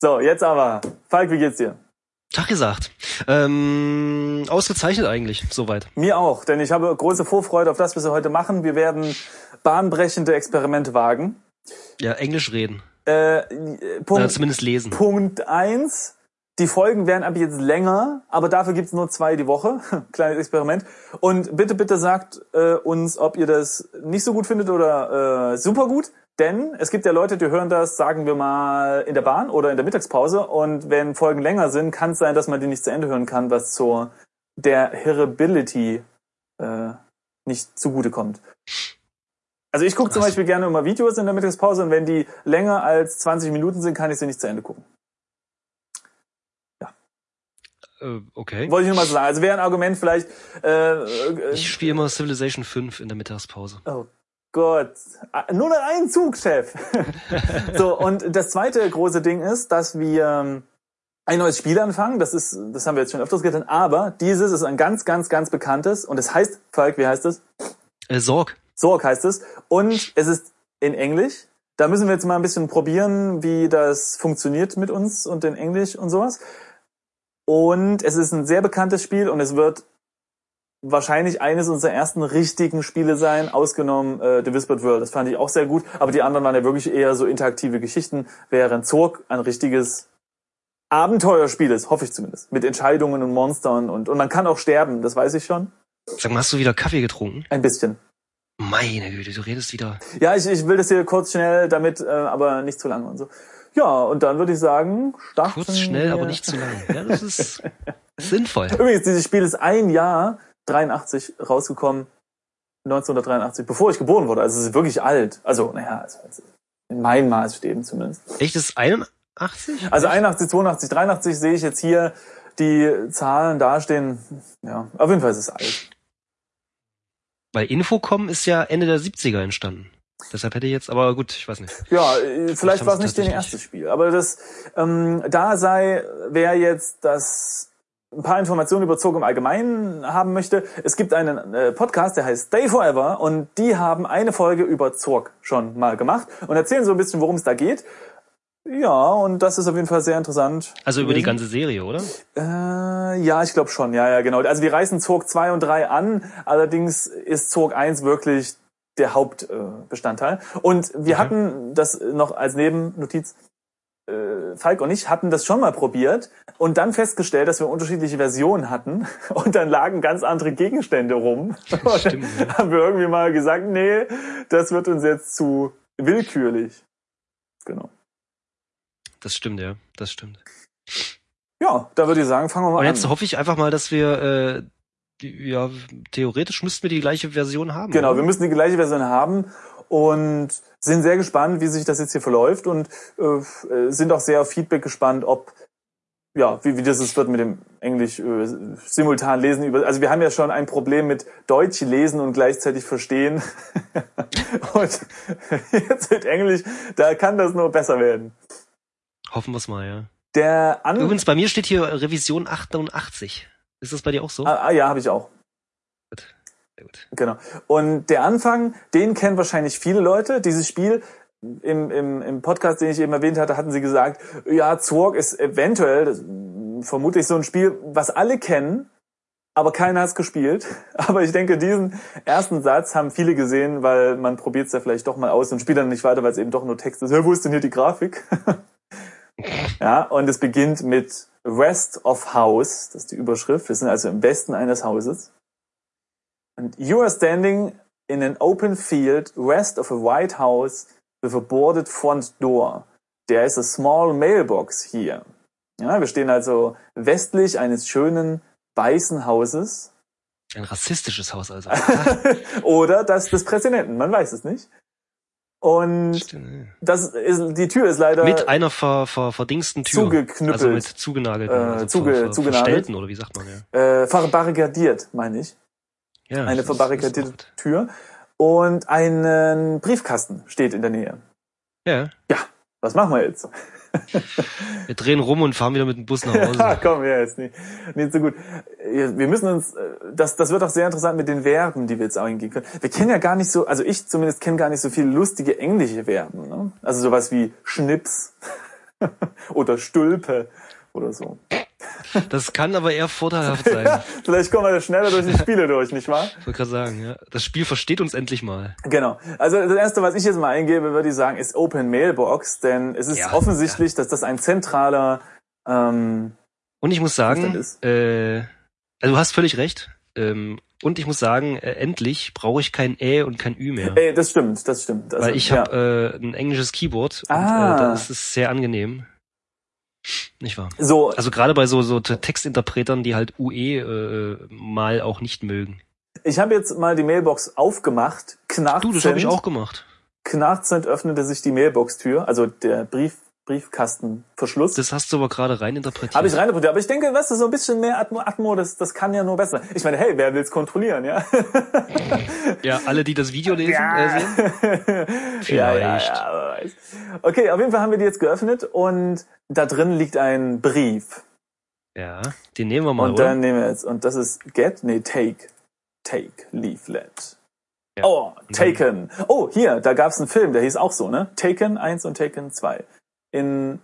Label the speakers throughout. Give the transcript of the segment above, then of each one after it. Speaker 1: So, jetzt aber. Falk, wie geht's dir?
Speaker 2: Tag gesagt. Ähm, ausgezeichnet eigentlich, soweit.
Speaker 1: Mir auch, denn ich habe große Vorfreude auf das, was wir heute machen. Wir werden bahnbrechende Experimente wagen.
Speaker 2: Ja, Englisch reden.
Speaker 1: Äh,
Speaker 2: Oder
Speaker 1: Punkt,
Speaker 2: zumindest lesen.
Speaker 1: Punkt eins: Die Folgen werden ab jetzt länger, aber dafür gibt's nur zwei die Woche. Kleines Experiment. Und bitte, bitte sagt äh, uns, ob ihr das nicht so gut findet oder äh, super gut. Denn es gibt ja Leute, die hören das, sagen wir mal, in der Bahn oder in der Mittagspause. Und wenn Folgen länger sind, kann es sein, dass man die nicht zu Ende hören kann, was zur der Hearability äh, nicht zugutekommt. Also ich gucke zum
Speaker 2: Krass.
Speaker 1: Beispiel gerne immer Videos in der Mittagspause und wenn die länger als 20 Minuten sind, kann ich sie nicht zu Ende gucken.
Speaker 2: Äh, okay.
Speaker 1: Wollte ich nur mal so sagen. Also wäre ein Argument vielleicht, äh, äh,
Speaker 2: Ich spiele immer Civilization 5 in der Mittagspause.
Speaker 1: Oh Gott. Ah, Nur noch einen Zug, Chef. so, und das zweite große Ding ist, dass wir ähm, ein neues Spiel anfangen. Das ist, das haben wir jetzt schon öfters getan, aber dieses ist ein ganz, ganz, ganz bekanntes und es heißt, Falk, wie heißt es?
Speaker 2: Äh, Sorg.
Speaker 1: Sorg heißt es. Und es ist in Englisch. Da müssen wir jetzt mal ein bisschen probieren, wie das funktioniert mit uns und in Englisch und sowas. Und es ist ein sehr bekanntes Spiel und es wird wahrscheinlich eines unserer ersten richtigen Spiele sein, ausgenommen äh, The Whispered World. Das fand ich auch sehr gut, aber die anderen waren ja wirklich eher so interaktive Geschichten, während Zork ein richtiges Abenteuerspiel ist, hoffe ich zumindest, mit Entscheidungen und Monstern und, und man kann auch sterben, das weiß ich schon,
Speaker 2: Sag mal, hast du wieder Kaffee getrunken?
Speaker 1: ein bisschen.
Speaker 2: Meine Güte, du redest wieder.
Speaker 1: Ja, ich, ich will das hier kurz schnell, damit, äh, aber nicht zu lange und so. Ja, und dann würde ich sagen, starten
Speaker 2: Kurz, schnell,
Speaker 1: wir-
Speaker 2: aber nicht zu lang. Ja, das ist sinnvoll.
Speaker 1: Übrigens, dieses Spiel ist ein Jahr 83 rausgekommen, 1983, bevor ich geboren wurde. Also es ist wirklich alt. Also, naja, es- es- in meinem Maßstäben zumindest.
Speaker 2: Echt, das ist 81?
Speaker 1: Also 81, 82, 83 sehe ich jetzt hier die Zahlen dastehen. Ja, auf jeden Fall ist es alt.
Speaker 2: Weil Infocom ist ja Ende der 70er entstanden. Deshalb hätte ich jetzt, aber gut, ich weiß nicht.
Speaker 1: Ja, äh, vielleicht
Speaker 2: haben
Speaker 1: war es
Speaker 2: sie
Speaker 1: nicht dein
Speaker 2: tatsächlich.
Speaker 1: erstes Spiel, aber das ähm, da sei, wer jetzt das ein paar Informationen über Zog im Allgemeinen haben möchte. Es gibt einen äh, Podcast, der heißt Stay Forever und die haben eine Folge über Zorg schon mal gemacht und erzählen so ein bisschen, worum es da geht. Ja, und das ist auf jeden Fall sehr interessant.
Speaker 2: Also über die
Speaker 1: gewesen.
Speaker 2: ganze Serie, oder?
Speaker 1: Äh, ja, ich glaube schon. Ja, ja, genau. Also die reißen Zog 2 und 3 an. Allerdings ist Zog 1 wirklich der Hauptbestandteil. Äh, Bestandteil. und wir
Speaker 2: Okay.
Speaker 1: hatten das noch als Nebennotiz. Äh, Falk und ich hatten das schon mal probiert und dann festgestellt, dass wir unterschiedliche Versionen hatten und dann lagen ganz andere Gegenstände rum. Und
Speaker 2: Stimmt,
Speaker 1: dann haben wir irgendwie mal gesagt, nee, das wird uns jetzt zu willkürlich. Genau.
Speaker 2: Das stimmt, ja. Das stimmt.
Speaker 1: Ja, da würde ich sagen, fangen wir mal
Speaker 2: Und
Speaker 1: an.
Speaker 2: jetzt hoffe ich einfach mal, dass wir, äh, die, ja, theoretisch müssten wir die gleiche Version haben.
Speaker 1: Genau, wir
Speaker 2: oder?
Speaker 1: müssen die gleiche Version haben und sind sehr gespannt, wie sich das jetzt hier verläuft und äh, sind auch sehr auf Feedback gespannt, ob ja, wie, wie das es wird mit dem Englisch äh, simultan lesen über. Also wir haben ja schon ein Problem mit Deutsch lesen und gleichzeitig verstehen. und jetzt mit Englisch, da kann das nur besser werden.
Speaker 2: Hoffen wir's mal, ja.
Speaker 1: Der an
Speaker 2: Übrigens, bei mir steht hier Revision 88. Ist das bei dir auch so?
Speaker 1: ah, ah, ja, habe ich auch.
Speaker 2: Sehr gut.
Speaker 1: Genau. Und der Anfang, den kennen wahrscheinlich viele Leute. Dieses Spiel im, im, im Podcast, den ich eben erwähnt hatte, hatten sie gesagt, ja, Zorg ist eventuell, das, mm, vermutlich so ein Spiel, was alle kennen, aber keiner hat es gespielt. Aber ich denke, diesen ersten Satz haben viele gesehen, weil man probiert es ja vielleicht doch mal aus und spielt dann nicht weiter, weil es eben doch nur Text ist. Hör, wo ist denn hier die Grafik? ja, und es beginnt mit West of House, das ist die Überschrift. Wir sind also im Westen eines Hauses. And you are standing in an open field west of a white house with a boarded front door. There is a small mailbox here. Ja, wir stehen also westlich eines schönen weißen Hauses
Speaker 2: Ein rassistisches Haus also.
Speaker 1: oder das des Präsidenten, man weiß es nicht. Und
Speaker 2: Stimmt,
Speaker 1: das ist, die Tür ist leider
Speaker 2: ja. mit einer ver, ver, verdingsten Tür.
Speaker 1: Zugeknüppelt.
Speaker 2: Also mit zugenagelten.
Speaker 1: Äh,
Speaker 2: also
Speaker 1: zuge- zugenagelt.
Speaker 2: verstellten, oder wie sagt man, ja.
Speaker 1: äh, verbarrikadiert, meine ich.
Speaker 2: ja
Speaker 1: Eine
Speaker 2: das- das
Speaker 1: verbarrikadierte
Speaker 2: macht-
Speaker 1: Tür. Und ein Briefkasten steht in der Nähe.
Speaker 2: Ja,
Speaker 1: Was machen wir jetzt?
Speaker 2: wir drehen rum und fahren wieder mit dem Bus nach
Speaker 1: Ja,
Speaker 2: Hause.
Speaker 1: komm, ja, ist nicht, nicht so gut. Äh, Wir müssen uns, äh, das, das wird auch sehr interessant mit den Verben, die wir jetzt eingehen können. Wir kennen ja gar nicht so, also ich zumindest kenne gar nicht so viele lustige englische Verben. Ne? Also sowas wie Schnips oder Stülpe oder so.
Speaker 2: Das kann aber eher vorteilhaft sein. ja,
Speaker 1: vielleicht kommen wir da schneller durch die Spiele durch, nicht wahr?
Speaker 2: Ich wollte gerade sagen, ja. Das Spiel versteht uns endlich mal.
Speaker 1: Genau. Also das erste, was ich jetzt mal eingebe, würde ich sagen, ist Open Mailbox, denn es ist
Speaker 2: Ja,
Speaker 1: offensichtlich, dass das ein zentraler ähm,
Speaker 2: Und ich muss sagen,
Speaker 1: Was
Speaker 2: äh, also du hast völlig recht. Ähm, und ich muss sagen, äh, endlich brauche ich kein Ä und kein Ü mehr.
Speaker 1: Ey, das stimmt, das stimmt. Äh, Also,
Speaker 2: weil ich
Speaker 1: ja.
Speaker 2: habe äh, ein englisches Keyboard und
Speaker 1: Ah.
Speaker 2: äh, da ist es sehr angenehm. Nicht wahr?
Speaker 1: so
Speaker 2: Also gerade bei so, so Te- Textinterpretern, die halt UE äh, mal auch nicht mögen.
Speaker 1: Ich habe jetzt mal die Mailbox aufgemacht.
Speaker 2: Du, das habe ich
Speaker 1: Knarzend,
Speaker 2: auch gemacht.
Speaker 1: knarzend öffnete sich die Mailbox-Tür, also der Brief, Briefkastenverschluss.
Speaker 2: Das hast du aber gerade rein interpretiert.
Speaker 1: Habe ich reingebracht, aber ich denke, weißt du, so ein bisschen mehr Atmo, Atmo das, das kann ja nur besser. Ich meine, hey, wer will's kontrollieren, ja?
Speaker 2: ja, alle, die das Video lesen, äh, sehen.
Speaker 1: ja, ja,
Speaker 2: Vielleicht.
Speaker 1: ja, wer weiß. Okay, auf jeden Fall haben wir die jetzt geöffnet und da drin liegt ein Brief.
Speaker 2: Ja, den nehmen wir mal,
Speaker 1: und
Speaker 2: oder?
Speaker 1: dann nehmen wir jetzt, und das ist get, nee, take, take, leaflet.
Speaker 2: Ja. Mhm.
Speaker 1: Oh, Taken. Oh, hier, da gab's einen Film, der hieß auch so, ne? Taken 1 und Taken 2. In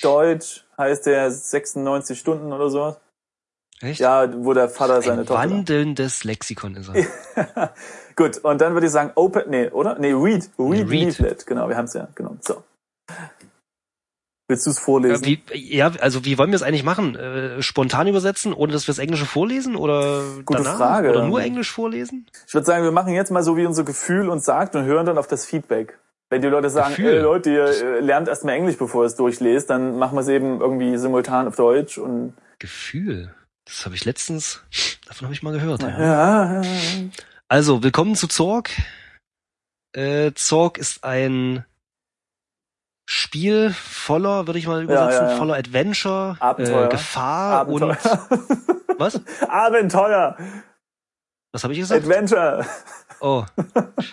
Speaker 1: Deutsch heißt der 96 Stunden oder sowas.
Speaker 2: Echt?
Speaker 1: Ja, wo der Vater seine
Speaker 2: Ein
Speaker 1: Tochter.
Speaker 2: wandelndes Lexikon ist er.
Speaker 1: Gut, und dann würde ich sagen, open, nee, oder? Nee, read, read,
Speaker 2: Read.
Speaker 1: Leaflet. Genau, wir haben's ja genommen. So. Willst du's vorlesen?
Speaker 2: Ja, Äh, wie, ja, also wie wollen wir es eigentlich machen? Äh, spontan übersetzen, ohne dass wir das Englische vorlesen oder
Speaker 1: Gute
Speaker 2: danach?
Speaker 1: Frage.
Speaker 2: Oder nur Englisch vorlesen?
Speaker 1: Ich würde sagen, wir machen jetzt mal so, wie unser Gefühl uns sagt und hören dann auf das Feedback. Wenn die Leute sagen,
Speaker 2: Gefühl.
Speaker 1: ey, Leute, ihr äh, lernt erstmal Englisch, bevor ihr es durchlest, dann machen wir es eben irgendwie simultan auf Deutsch und
Speaker 2: Gefühl. Das habe ich letztens, davon habe ich mal gehört.
Speaker 1: ja.
Speaker 2: Ja. Also, willkommen zu Zorg. Äh, Zorg ist ein Spiel voller, würde ich mal übersetzen,
Speaker 1: ja, ja.
Speaker 2: voller Adventure,
Speaker 1: Abenteuer.
Speaker 2: Äh, Gefahr
Speaker 1: Abenteuer.
Speaker 2: und was?
Speaker 1: Abenteuer,
Speaker 2: Was habe ich gesagt?
Speaker 1: Adventure,
Speaker 2: oh.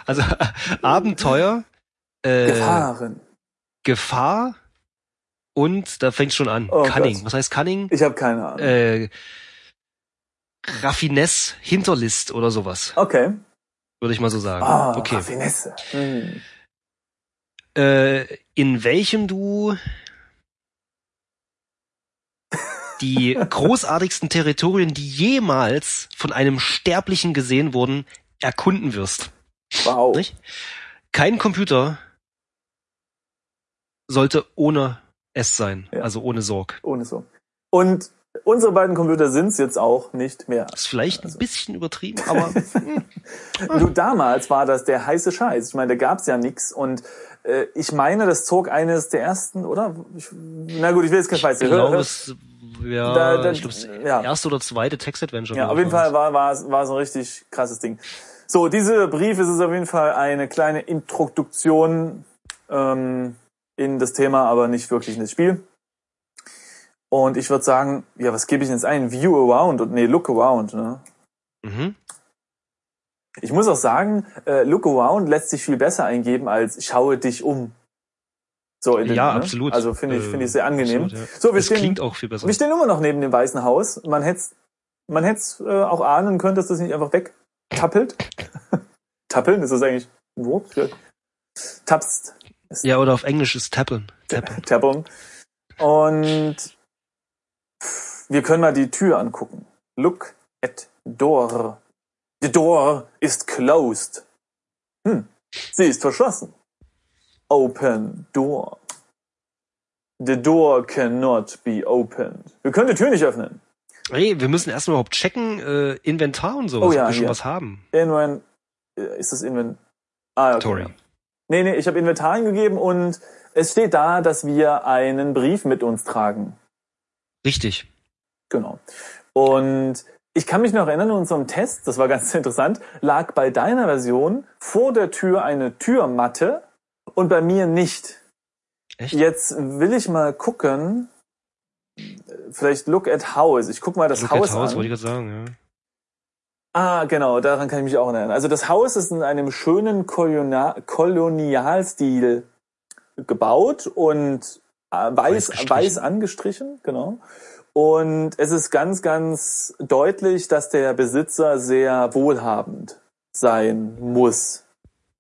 Speaker 2: Also Abenteuer, äh,
Speaker 1: Gefahren.
Speaker 2: Gefahr und da fängt schon an.
Speaker 1: Oh
Speaker 2: Cunning.
Speaker 1: Gott.
Speaker 2: Was heißt Cunning?
Speaker 1: Ich habe keine Ahnung.
Speaker 2: Äh, Raffinesse, Hinterlist oder sowas,
Speaker 1: Okay.
Speaker 2: würde ich mal so sagen.
Speaker 1: Ah,
Speaker 2: okay.
Speaker 1: Raffinesse. Hm.
Speaker 2: Äh, in welchem du die großartigsten Territorien, die jemals von einem Sterblichen gesehen wurden, erkunden wirst.
Speaker 1: Wow.
Speaker 2: Nicht? Kein Computer sollte ohne S sein,
Speaker 1: Ja.
Speaker 2: also ohne Sorg.
Speaker 1: Ohne so. Und unsere beiden Computer sind's jetzt auch nicht mehr.
Speaker 2: Ist vielleicht
Speaker 1: Also.
Speaker 2: ein bisschen übertrieben, aber
Speaker 1: Du, damals war das der heiße Scheiß. Ich meine, da gab's ja nix und äh, ich meine, das zog eines der ersten, oder? Ich, na gut, ich will jetzt kein Scheiß.
Speaker 2: ich glaube, es ja,
Speaker 1: Da- da-
Speaker 2: ich glaube, das
Speaker 1: ja.
Speaker 2: erste oder zweite Text-Adventure.
Speaker 1: Ja,
Speaker 2: glaub
Speaker 1: auf
Speaker 2: ich,
Speaker 1: jeden
Speaker 2: war
Speaker 1: Fall war, war, war so ein richtig krasses Ding. So, dieser Brief ist es auf jeden Fall eine kleine Introduktion ähm, in das Thema, aber nicht wirklich in das Spiel. Und ich würde sagen, ja, was gebe ich denn jetzt ein? View around und nee, look around, ne?
Speaker 2: das. Mhm.
Speaker 1: Ich muss auch sagen, äh, Look Around lässt sich viel besser eingeben als Schaue dich um. So, in den-
Speaker 2: Ja, absolut.
Speaker 1: Also finde ich,
Speaker 2: Äh,
Speaker 1: finde ich sehr angenehm.
Speaker 2: absolut, ja.
Speaker 1: So, wir
Speaker 2: Das
Speaker 1: stehen,
Speaker 2: klingt auch viel besser.
Speaker 1: wir stehen immer noch neben dem Weißen Haus. Man hätte man hätt's, äh, auch ahnen können, dass das nicht einfach wegtappelt. Tappeln ist das eigentlich ein Wort für tapst,
Speaker 2: Ja, oder auf Englisch ist tappen. tappen.
Speaker 1: tappeln. Und pff, wir können mal die Tür angucken. Look at door. The door is closed. Hm, sie ist verschlossen. Open door. The door cannot be opened. Wir können die Tür nicht öffnen.
Speaker 2: Hey, wir müssen erstmal überhaupt checken, äh, Inventar und sowas,
Speaker 1: Oh ja,
Speaker 2: ob wir schon
Speaker 1: hier.
Speaker 2: was haben.
Speaker 1: Inven äh, ist das Inven Ah, ja, okay.
Speaker 2: Tori.
Speaker 1: Nee, nee, ich habe Inventar gegeben und es steht da, dass wir einen Brief mit uns tragen.
Speaker 2: Richtig.
Speaker 1: Genau. Und ich kann mich noch erinnern, in unserem Test, das war ganz interessant, lag bei deiner Version vor der Tür eine Türmatte und bei mir nicht.
Speaker 2: Echt?
Speaker 1: Jetzt will ich mal gucken, vielleicht Look at House. Ich guck mal das
Speaker 2: Look at
Speaker 1: Haus
Speaker 2: House,
Speaker 1: an.
Speaker 2: wollte ich gerade sagen, ja.
Speaker 1: Ah, genau, daran kann ich mich auch erinnern. Also das Haus ist in einem schönen Kolonial Kolonialstil gebaut und äh, weiß,
Speaker 2: Weiß gestrichen.
Speaker 1: weiß angestrichen, genau. Und es ist ganz, ganz deutlich, dass der Besitzer sehr wohlhabend sein muss.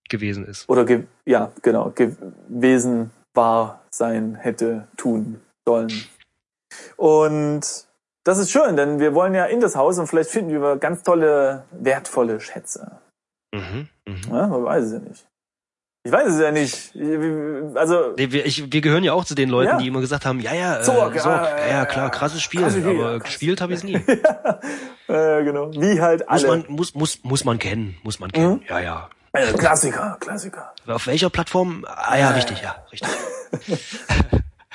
Speaker 2: Gewesen ist.
Speaker 1: Oder, ge ja, genau, gewesen war, sein hätte, tun sollen. Und das ist schön, denn wir wollen ja in das Haus und vielleicht finden wir ganz tolle, wertvolle Schätze.
Speaker 2: Mhm, mhm.
Speaker 1: Ja, man weiß es ja nicht. Ich weiß es ja nicht. Ich- Also,
Speaker 2: Nee, wir, ich, wir gehören ja auch zu den Leuten,
Speaker 1: Ja.
Speaker 2: die immer gesagt haben, ja, ja, äh,
Speaker 1: Zorg,
Speaker 2: Zorg,
Speaker 1: äh,
Speaker 2: ja, ja, klar, krasses Spiel,
Speaker 1: krasses Spiel,
Speaker 2: aber
Speaker 1: krass.
Speaker 2: gespielt habe ich es nie.
Speaker 1: äh, genau, wie halt
Speaker 2: Muss
Speaker 1: alle.
Speaker 2: man, muss, muss, muss man kennen, muss man kennen. Ja, ja.
Speaker 1: Äh, Klassiker, Klassiker.
Speaker 2: Auf welcher Plattform? Ah ja, richtig, ja, richtig.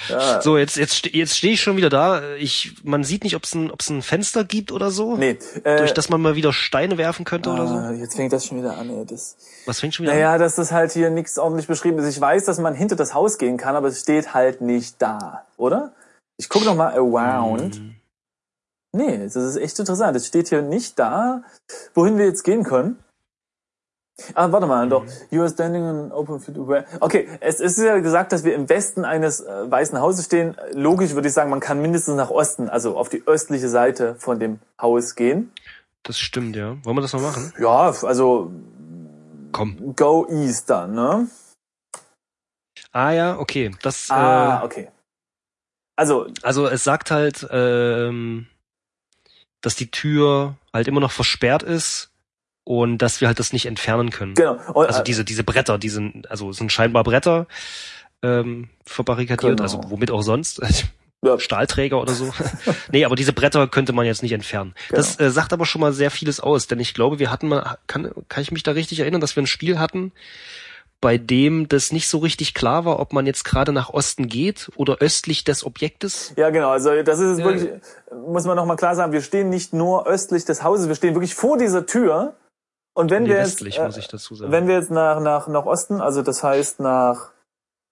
Speaker 1: Ja.
Speaker 2: So, jetzt, jetzt, ste- jetzt stehe ich schon wieder da. Ich, man sieht nicht, ob es ein, ob's ein Fenster gibt oder so,
Speaker 1: Nee, äh,
Speaker 2: durch das man mal wieder Steine werfen könnte oder so.
Speaker 1: ah, jetzt fängt das schon wieder an, ey. Das,
Speaker 2: Was fängt schon wieder
Speaker 1: naja, dass das halt hier nichts ordentlich beschrieben ist. Ich weiß, dass man hinter das Haus gehen kann, aber es steht halt nicht da, oder? Ich gucke nochmal
Speaker 2: an? Hm,
Speaker 1: around.
Speaker 2: Mhm.
Speaker 1: Nee, das ist echt interessant. Es steht hier nicht da, wohin wir jetzt gehen können. Ah, warte mal, doch. You are standing in open field. where- Okay, es ist ja gesagt, dass wir im Westen eines äh, Weißen Hauses stehen. Logisch würde ich sagen, man kann mindestens nach Osten, also auf die östliche Seite von dem Haus gehen.
Speaker 2: Das stimmt, ja. Wollen wir das mal machen?
Speaker 1: Ja, also
Speaker 2: Komm.
Speaker 1: go east dann, ne?
Speaker 2: Ah ja, okay. Das,
Speaker 1: Ah,
Speaker 2: äh,
Speaker 1: okay. Also,
Speaker 2: also es sagt halt, ähm, dass die Tür halt immer noch versperrt ist und dass wir halt das nicht entfernen können.
Speaker 1: genau. Und,
Speaker 2: Also
Speaker 1: äh,
Speaker 2: diese, diese Bretter, die sind, also es sind scheinbar Bretter ähm, verbarrikadiert,
Speaker 1: Genau.
Speaker 2: also womit auch sonst.
Speaker 1: Ja.
Speaker 2: Stahlträger oder so. nee, aber diese Bretter könnte man jetzt nicht entfernen.
Speaker 1: Genau.
Speaker 2: Das äh, sagt aber schon mal sehr vieles aus, denn ich glaube, wir hatten mal, kann, kann ich mich da richtig erinnern, dass wir ein Spiel hatten, bei dem das nicht so richtig klar war, ob man jetzt gerade nach Osten geht oder östlich des Objektes.
Speaker 1: Ja, genau. Also das ist
Speaker 2: Ja.
Speaker 1: wirklich, muss man nochmal klar sagen, wir stehen nicht nur östlich des Hauses, wir stehen wirklich vor dieser Tür. Und wenn
Speaker 2: Nee,
Speaker 1: wir jetzt,
Speaker 2: westlich,
Speaker 1: äh,
Speaker 2: muss ich dazu sagen.
Speaker 1: wenn wir jetzt nach, nach, nach Osten, also das heißt nach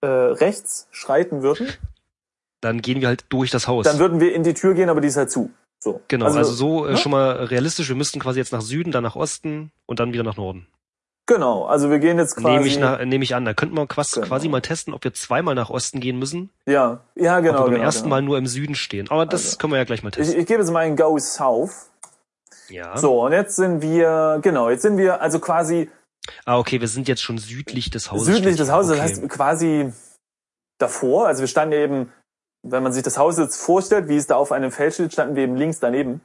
Speaker 1: äh, rechts schreiten würden,
Speaker 2: Dann gehen wir halt durch das Haus.
Speaker 1: dann würden wir in die Tür gehen, aber die ist halt zu. So.
Speaker 2: Genau, also, so äh,
Speaker 1: ne?
Speaker 2: schon mal realistisch. Wir müssten quasi jetzt nach Süden, dann nach Osten und dann wieder nach Norden.
Speaker 1: Genau, also wir gehen jetzt quasi.
Speaker 2: Nehme ich, nach, nehme ich an. Da könnten wir quasi,
Speaker 1: Genau.
Speaker 2: quasi mal testen, ob wir zweimal nach Osten gehen müssen.
Speaker 1: ja, ja, genau.
Speaker 2: Genau, ob wir beim
Speaker 1: genau,
Speaker 2: ersten
Speaker 1: genau.
Speaker 2: Mal nur im Süden stehen. Aber das
Speaker 1: Also.
Speaker 2: können wir ja gleich mal
Speaker 1: Ich,
Speaker 2: testen.
Speaker 1: ich gebe jetzt mal ein Go South.
Speaker 2: ja.
Speaker 1: So, und jetzt sind wir, genau, jetzt sind wir also quasi
Speaker 2: Ah, okay, wir sind jetzt schon südlich des Hauses.
Speaker 1: südlich des Hauses,
Speaker 2: Okay.
Speaker 1: das heißt quasi davor. Also wir standen ja eben, wenn man sich das Haus jetzt vorstellt, wie es da auf einem Feld steht, standen wir eben links daneben.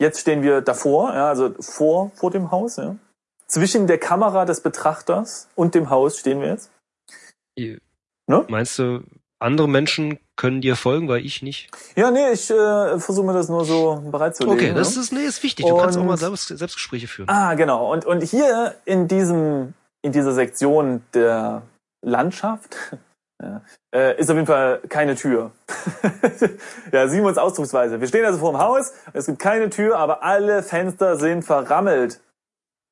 Speaker 1: Jetzt stehen wir davor, ja, also vor, vor dem Haus, ja. Zwischen der Kamera des Betrachters und dem Haus stehen wir jetzt. ne?
Speaker 2: Meinst du, andere Menschen können dir folgen, weil ich nicht?
Speaker 1: Ja, nee, ich äh, versuche mir das nur so bereitzulegen.
Speaker 2: Okay,
Speaker 1: ne?
Speaker 2: das ist, nee, ist wichtig. Du
Speaker 1: Und-
Speaker 2: kannst auch mal selbst, Selbstgespräche führen.
Speaker 1: Ah, genau. Und, und hier in diesem, in dieser Sektion der Landschaft ja, äh, ist auf jeden Fall keine Tür. ja, Simons Ausdrucksweise. Wir stehen also vor dem Haus, es gibt keine Tür, aber alle Fenster sind verrammelt.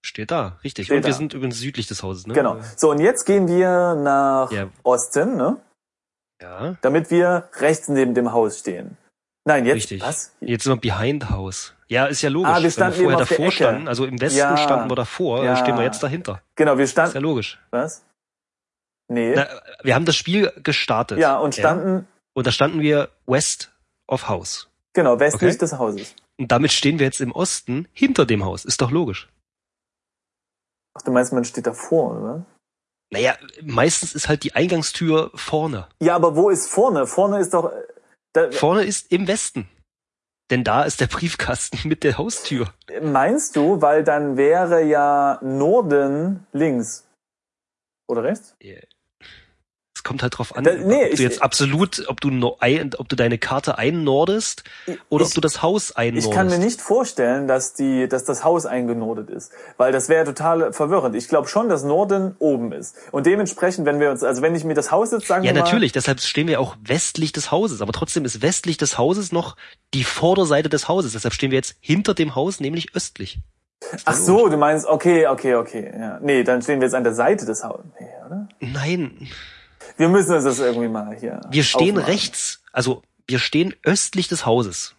Speaker 2: Steht da, richtig.
Speaker 1: Steht
Speaker 2: Und wir
Speaker 1: da.
Speaker 2: sind übrigens südlich des Hauses, ne?
Speaker 1: Genau. So, und jetzt gehen wir nach
Speaker 2: Ja.
Speaker 1: Osten, ne?
Speaker 2: Ja,
Speaker 1: Damit wir rechts neben dem Haus stehen. Nein, jetzt.
Speaker 2: richtig.
Speaker 1: Was?
Speaker 2: Jetzt sind wir behind House. Ja, ist ja logisch.
Speaker 1: Ah, wir
Speaker 2: Wenn
Speaker 1: standen
Speaker 2: vorher
Speaker 1: eben auf der
Speaker 2: davor
Speaker 1: Ecke.
Speaker 2: standen, also im Westen
Speaker 1: Ja.
Speaker 2: standen wir davor,
Speaker 1: Ja.
Speaker 2: ja. stehen wir jetzt dahinter.
Speaker 1: Genau, wir
Speaker 2: Ist ja
Speaker 1: standen.
Speaker 2: logisch.
Speaker 1: Was? Nee.
Speaker 2: Na, wir haben das Spiel gestartet.
Speaker 1: ja, und standen,
Speaker 2: Und da standen wir west of House.
Speaker 1: genau, westlich
Speaker 2: Okay.
Speaker 1: des Hauses.
Speaker 2: Und damit stehen wir jetzt im Osten hinter dem Haus. Ist doch logisch.
Speaker 1: Ach, du meinst, man steht davor, oder?
Speaker 2: Naja, meistens ist halt die Eingangstür vorne.
Speaker 1: Ja, aber wo ist vorne? Vorne ist doch. äh, Da,
Speaker 2: Vorne ist im Westen. Denn da ist der Briefkasten mit der Haustür.
Speaker 1: meinst du, weil dann wäre ja Norden links. Oder rechts?
Speaker 2: Es kommt halt drauf an,
Speaker 1: Da- nee,
Speaker 2: ob
Speaker 1: ich-
Speaker 2: du jetzt absolut, ob du, no- ein- ob du deine Karte einnordest oder ob
Speaker 1: ich,
Speaker 2: du das Haus einnordest.
Speaker 1: ich kann mir nicht vorstellen, dass, die, dass das Haus eingenotet ist. Weil das wäre total verwirrend. Ich glaube schon, dass Norden oben ist. Und dementsprechend, wenn wir uns, also wenn ich mir das Haus jetzt sagen
Speaker 2: ja,
Speaker 1: wir mal-
Speaker 2: natürlich. Deshalb stehen wir auch westlich des Hauses. Aber trotzdem ist westlich des Hauses noch die Vorderseite des Hauses. Deshalb stehen wir jetzt hinter dem Haus, nämlich östlich.
Speaker 1: Ach so, du meinst, okay, okay, okay. Ja. Nee, dann stehen wir jetzt an der Seite des Hauses. Nee, oder?
Speaker 2: Nein,
Speaker 1: Wir müssen uns das irgendwie mal hier.
Speaker 2: wir stehen
Speaker 1: aufmachen.
Speaker 2: rechts. Also wir stehen östlich des Hauses.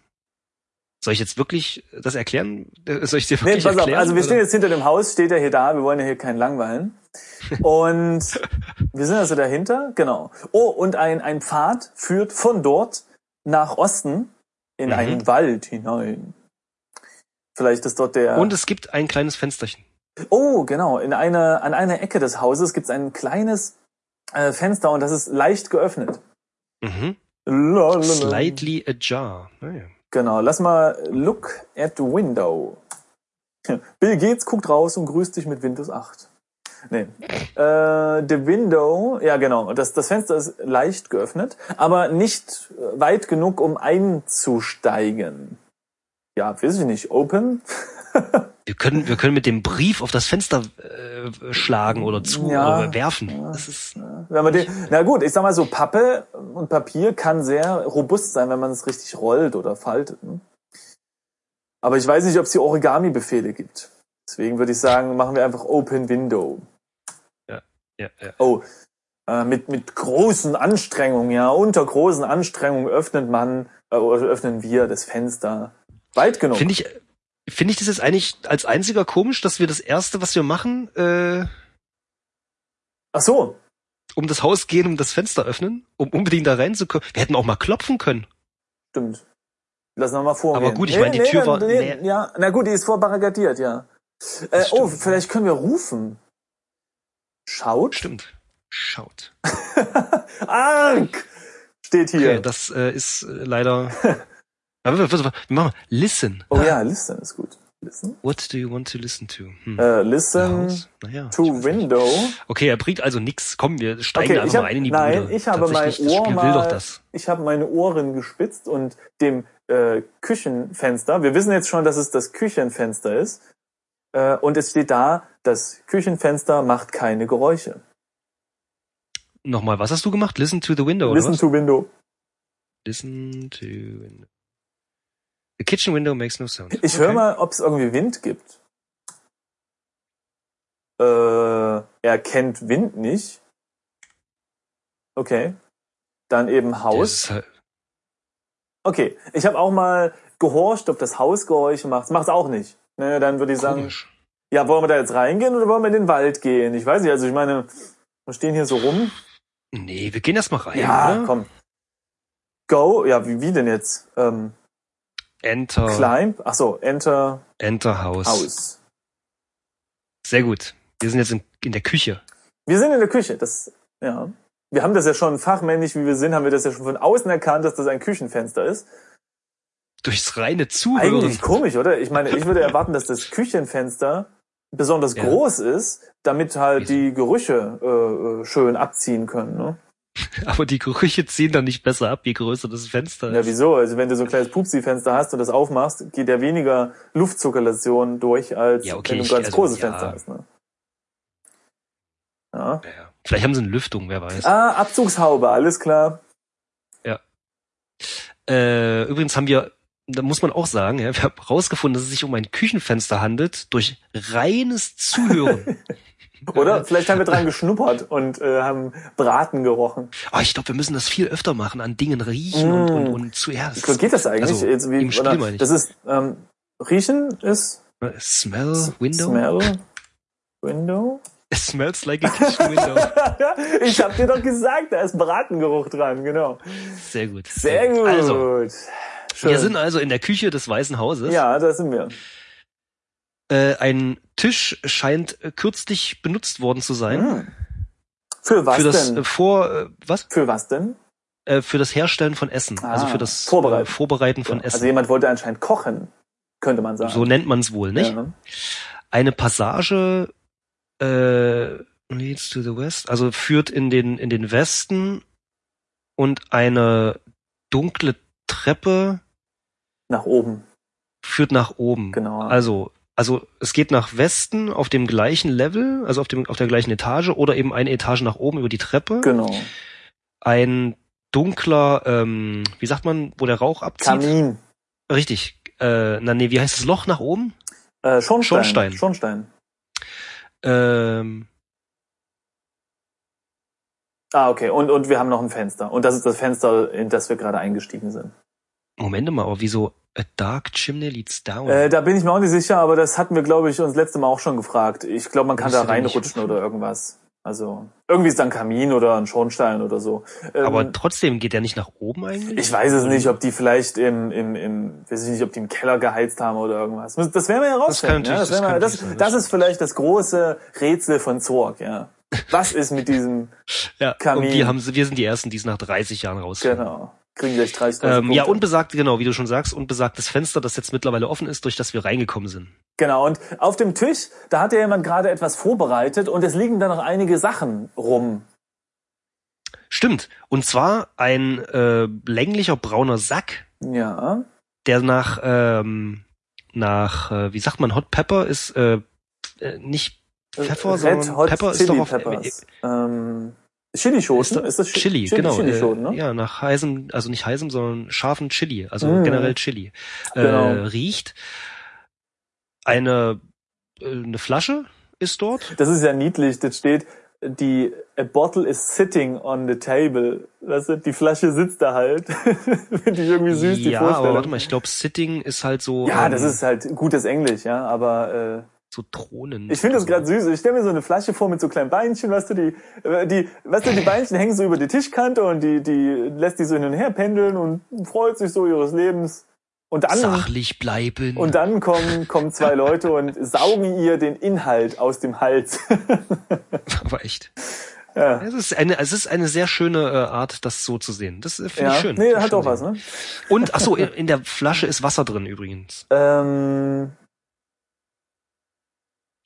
Speaker 2: Soll ich jetzt wirklich das erklären? Äh, Soll ich dir
Speaker 1: Nee,
Speaker 2: wirklich
Speaker 1: pass auf,
Speaker 2: erklären?
Speaker 1: also wir stehen
Speaker 2: oder?
Speaker 1: jetzt hinter dem Haus, steht er hier da, wir wollen ja hier keinen langweilen. Und wir sind also dahinter, genau. Oh, und ein, ein Pfad führt von dort nach Osten in
Speaker 2: Mhm.
Speaker 1: einen Wald hinein. Vielleicht ist dort der.
Speaker 2: Und es gibt ein kleines Fensterchen.
Speaker 1: oh, genau, in einer, an einer Ecke des Hauses gibt es ein kleines äh, Fenster und das ist leicht geöffnet.
Speaker 2: Mhm.
Speaker 1: Lalalala.
Speaker 2: Slightly ajar. Ah, Naja.
Speaker 1: Genau, lass mal Look at Window. Bill Gates guckt raus und grüßt dich mit Windows 8. Nee. Äh, the Window, ja genau, das, das Fenster ist leicht geöffnet, aber nicht weit genug, um einzusteigen. Ja, weiß ich nicht, open?
Speaker 2: Wir können, wir können mit dem Brief auf das Fenster äh, schlagen oder zu
Speaker 1: Ja.
Speaker 2: oder werfen. Das ist,
Speaker 1: Wenn man den, na gut, ich sag mal so, Pappe und Papier kann sehr robust sein, wenn man es richtig rollt oder faltet. Ne? Aber ich weiß nicht, ob es hier Origami-Befehle gibt. Deswegen würde ich sagen, machen wir einfach Open Window.
Speaker 2: ja, ja.
Speaker 1: Oh, äh, mit, mit großen Anstrengungen, ja, unter großen Anstrengungen öffnet man, äh, oder öffnen wir das Fenster. Weit genug.
Speaker 2: Finde ich, finde ich das jetzt eigentlich als einziger komisch, dass wir das erste, was wir machen, äh,
Speaker 1: Ach so,
Speaker 2: um das Haus gehen, um das Fenster öffnen, um unbedingt da reinzukommen. Wir hätten auch mal klopfen können.
Speaker 1: stimmt. Lass noch mal vorgehen.
Speaker 2: Aber gut, ich meine, die Tür war- nee.
Speaker 1: Ja, na gut, die ist vorbarrikadiert, ja. Äh,
Speaker 2: Das
Speaker 1: oh,
Speaker 2: stimmt.
Speaker 1: vielleicht können wir rufen. Schaut.
Speaker 2: Stimmt. Schaut.
Speaker 1: Arg! Steht hier.
Speaker 2: Okay, das äh, ist äh, leider. Aber wir, wir, wir machen mal. Listen.
Speaker 1: oh ja, listen ist gut. Listen.
Speaker 2: What do you want to listen to? Hm.
Speaker 1: Äh, listen
Speaker 2: Haus? Naja.
Speaker 1: to window.
Speaker 2: Okay, er bringt also nix. Komm, wir steigen
Speaker 1: Okay,
Speaker 2: da einfach
Speaker 1: ich hab-
Speaker 2: mal ein in die
Speaker 1: nein,
Speaker 2: Bude.
Speaker 1: ich habe mein
Speaker 2: Tatsächlich, das
Speaker 1: Ohr
Speaker 2: Spiel will doch
Speaker 1: mal-
Speaker 2: das.
Speaker 1: Ich habe meine Ohren gespitzt und dem äh, Küchenfenster. Wir wissen jetzt schon, dass es das Küchenfenster ist. Äh, und es steht da, das Küchenfenster macht keine Geräusche.
Speaker 2: Nochmal, was hast du gemacht? Listen to the window,
Speaker 1: listen
Speaker 2: oder was?
Speaker 1: to window.
Speaker 2: Listen to window. The kitchen window makes no sound.
Speaker 1: Ich höre mal, ob es irgendwie Wind gibt. Äh, er kennt Wind nicht. Okay. Dann eben Haus.
Speaker 2: Das ist halt-
Speaker 1: Okay, ich habe auch mal gehorcht, ob das Haus Geräusche macht. Macht's auch nicht. Naja, dann würde ich sagen,
Speaker 2: Komisch.
Speaker 1: ja, wollen wir da jetzt reingehen oder wollen wir in den Wald gehen? Ich weiß nicht, also ich meine, wir stehen hier so rum.
Speaker 2: Nee, wir gehen erst mal rein.
Speaker 1: Ja,
Speaker 2: oder?
Speaker 1: komm. Go, ja, wie, wie denn jetzt? Ähm,
Speaker 2: Enter.
Speaker 1: Climb, ach so, Enter
Speaker 2: Enter House.
Speaker 1: House.
Speaker 2: Sehr gut. Wir sind jetzt in, in der Küche.
Speaker 1: Wir sind in der Küche, das, ja. Wir haben das ja schon fachmännisch, wie wir sind, haben wir das ja schon von außen erkannt, dass das ein Küchenfenster ist.
Speaker 2: Durchs reine Zuhören.
Speaker 1: Eigentlich komisch, oder? Ich meine, ich würde erwarten, dass das Küchenfenster besonders
Speaker 2: Ja.
Speaker 1: groß ist, damit halt die Gerüche äh, äh, schön abziehen können. Ne?
Speaker 2: Aber die Gerüche ziehen dann nicht besser ab, je größer das Fenster
Speaker 1: Ja,
Speaker 2: ist.
Speaker 1: wieso? Also wenn du so ein kleines Pupsi-Fenster hast und das aufmachst, geht ja weniger Luftzirkulation durch, als
Speaker 2: Ja, okay,
Speaker 1: wenn du ein
Speaker 2: ich-
Speaker 1: ganz
Speaker 2: also,
Speaker 1: großes
Speaker 2: ja.
Speaker 1: Fenster hast. Ne? Ja.
Speaker 2: Naja. Vielleicht haben sie eine Lüftung, wer weiß.
Speaker 1: Ah, Abzugshaube, alles klar.
Speaker 2: Äh, übrigens haben wir, da muss man auch sagen, ja, wir haben herausgefunden, dass es sich um ein Küchenfenster handelt, durch reines Zuhören.
Speaker 1: Oder?
Speaker 2: ne?
Speaker 1: Vielleicht haben wir dran geschnuppert und äh, haben Braten gerochen.
Speaker 2: Ah, ich glaube, wir müssen das viel öfter machen, an Dingen riechen und, und,
Speaker 1: Mm.
Speaker 2: und zuerst.
Speaker 1: Geht das eigentlich?
Speaker 2: Also,
Speaker 1: Jetzt wie-
Speaker 2: im Spiel
Speaker 1: oder-
Speaker 2: meine ich.
Speaker 1: Das ist ähm, Riechen ist
Speaker 2: Smell window?
Speaker 1: Smell. Window?
Speaker 2: It smells like a kitchen window.
Speaker 1: ich hab dir doch gesagt, da ist Bratengeruch dran, genau.
Speaker 2: Sehr gut.
Speaker 1: Sehr gut.
Speaker 2: Also,
Speaker 1: Schön.
Speaker 2: wir sind also in der Küche des Weißen Hauses.
Speaker 1: ja, da sind wir.
Speaker 2: Äh, ein Tisch scheint äh, kürzlich benutzt worden zu sein.
Speaker 1: Hm. Für was
Speaker 2: für das
Speaker 1: denn?
Speaker 2: äh, Vor äh, was?
Speaker 1: Für was denn?
Speaker 2: Äh, für das Herstellen von Essen. also
Speaker 1: Ah,
Speaker 2: für das
Speaker 1: Vorbereiten.
Speaker 2: Äh, Vorbereiten von
Speaker 1: Also
Speaker 2: Essen.
Speaker 1: jemand wollte anscheinend kochen, könnte man sagen.
Speaker 2: so nennt man es wohl, nicht?
Speaker 1: Ja. ne?
Speaker 2: Eine Passage äh, leads to the west, also führt in den in den Westen und eine dunkle Treppe
Speaker 1: Nach oben,
Speaker 2: führt nach oben.
Speaker 1: genau.
Speaker 2: Also also es geht nach Westen auf dem gleichen Level, also auf dem auf der gleichen Etage oder eben eine Etage nach oben über die Treppe.
Speaker 1: genau.
Speaker 2: Ein dunkler, ähm, wie sagt man, wo der Rauch abzieht?
Speaker 1: Kamin.
Speaker 2: Richtig. Äh, na nee, wie heißt das Loch nach oben?
Speaker 1: Äh, Schornstein.
Speaker 2: Schornstein.
Speaker 1: Schornstein.
Speaker 2: Ähm,
Speaker 1: Ah, okay. Und, und wir haben noch ein Fenster. Und das ist das Fenster, in das wir gerade eingestiegen sind.
Speaker 2: Moment mal, aber wieso A Dark Chimney Leads Down?
Speaker 1: Äh, da bin ich mir auch nicht sicher, aber das hatten wir, glaube ich, uns letzte Mal auch schon gefragt. Ich glaube, man kann da
Speaker 2: Müsste der nicht
Speaker 1: reinrutschen oder irgendwas. Also, irgendwie ist da ein Kamin oder ein Schornstein oder so. Ähm,
Speaker 2: aber trotzdem geht der nicht nach oben eigentlich?
Speaker 1: ich weiß es nicht, ob die vielleicht im, im, im, weiß ich nicht, ob die im Keller geheizt haben oder irgendwas. Das werden wir herausfinden.
Speaker 2: Das kann
Speaker 1: ja? das,
Speaker 2: natürlich- das
Speaker 1: werden wir,
Speaker 2: kann
Speaker 1: das,
Speaker 2: natürlich sein, das
Speaker 1: das ist vielleicht das große Rätsel von Zorg, ja. Was ist mit diesem,
Speaker 2: ja,
Speaker 1: Kamin.
Speaker 2: Und wir, haben, wir sind die Ersten, die es nach 30 Jahren rausfinden.
Speaker 1: genau. kriegen gleich 30, 30
Speaker 2: Ähm, ja, unbesagt, genau, wie du schon sagst, unbesagtes Fenster, das jetzt mittlerweile offen ist, durch das wir reingekommen sind.
Speaker 1: Genau, und auf dem Tisch, da hat ja jemand gerade etwas vorbereitet und es liegen da noch einige Sachen rum.
Speaker 2: Stimmt. Und zwar ein äh, länglicher brauner Sack,
Speaker 1: Ja,
Speaker 2: der nach, ähm, nach, äh, wie sagt man, Hot Pepper ist äh, äh, nicht Pfeffer, sondern Pepper ist doch Äh, auf
Speaker 1: Peppers. ähm, Chilischoten, ist, das Chi-
Speaker 2: Chili,
Speaker 1: Chili-
Speaker 2: genau.
Speaker 1: Chilischoten,
Speaker 2: äh,
Speaker 1: ne?
Speaker 2: Ja, nach heißem, also nicht heißem, sondern scharfen Chili, also
Speaker 1: Mm.
Speaker 2: generell Chili. Äh,
Speaker 1: Genau.
Speaker 2: Riecht. Eine, äh, eine Flasche ist dort.
Speaker 1: Das ist ja niedlich, das steht, die a bottle is sitting on the table. Weißt du, die Flasche sitzt da halt. Finde ich irgendwie süß, die
Speaker 2: ja, aber warte
Speaker 1: Vorstellung.
Speaker 2: mal, ich glaube, Sitting ist halt so,
Speaker 1: Ja,
Speaker 2: ähm,
Speaker 1: das ist halt gutes Englisch, ja, aber äh,
Speaker 2: so Thronen. also
Speaker 1: Ich finde das gerade süß. Ich stelle mir so eine Flasche vor mit so kleinen Beinchen, weißt du, die, äh, die, weißt du, die Beinchen hängen so über die Tischkante und die, die lässt die so hin und her pendeln und freut sich so ihres Lebens. Und dann,
Speaker 2: Sachlich bleiben.
Speaker 1: und dann kommen, kommen zwei Leute und saugen ihr den Inhalt aus dem Hals.
Speaker 2: aber echt.
Speaker 1: Ja.
Speaker 2: Es ist eine, es ist eine sehr schöne äh, Art, das so zu sehen. Das äh,
Speaker 1: ja.
Speaker 2: finde ich schön.
Speaker 1: Nee,
Speaker 2: Find ich
Speaker 1: hat
Speaker 2: schön
Speaker 1: auch was,
Speaker 2: sehen.
Speaker 1: ne?
Speaker 2: Und, ach so, in, in der Flasche ist Wasser drin übrigens.
Speaker 1: Ähm,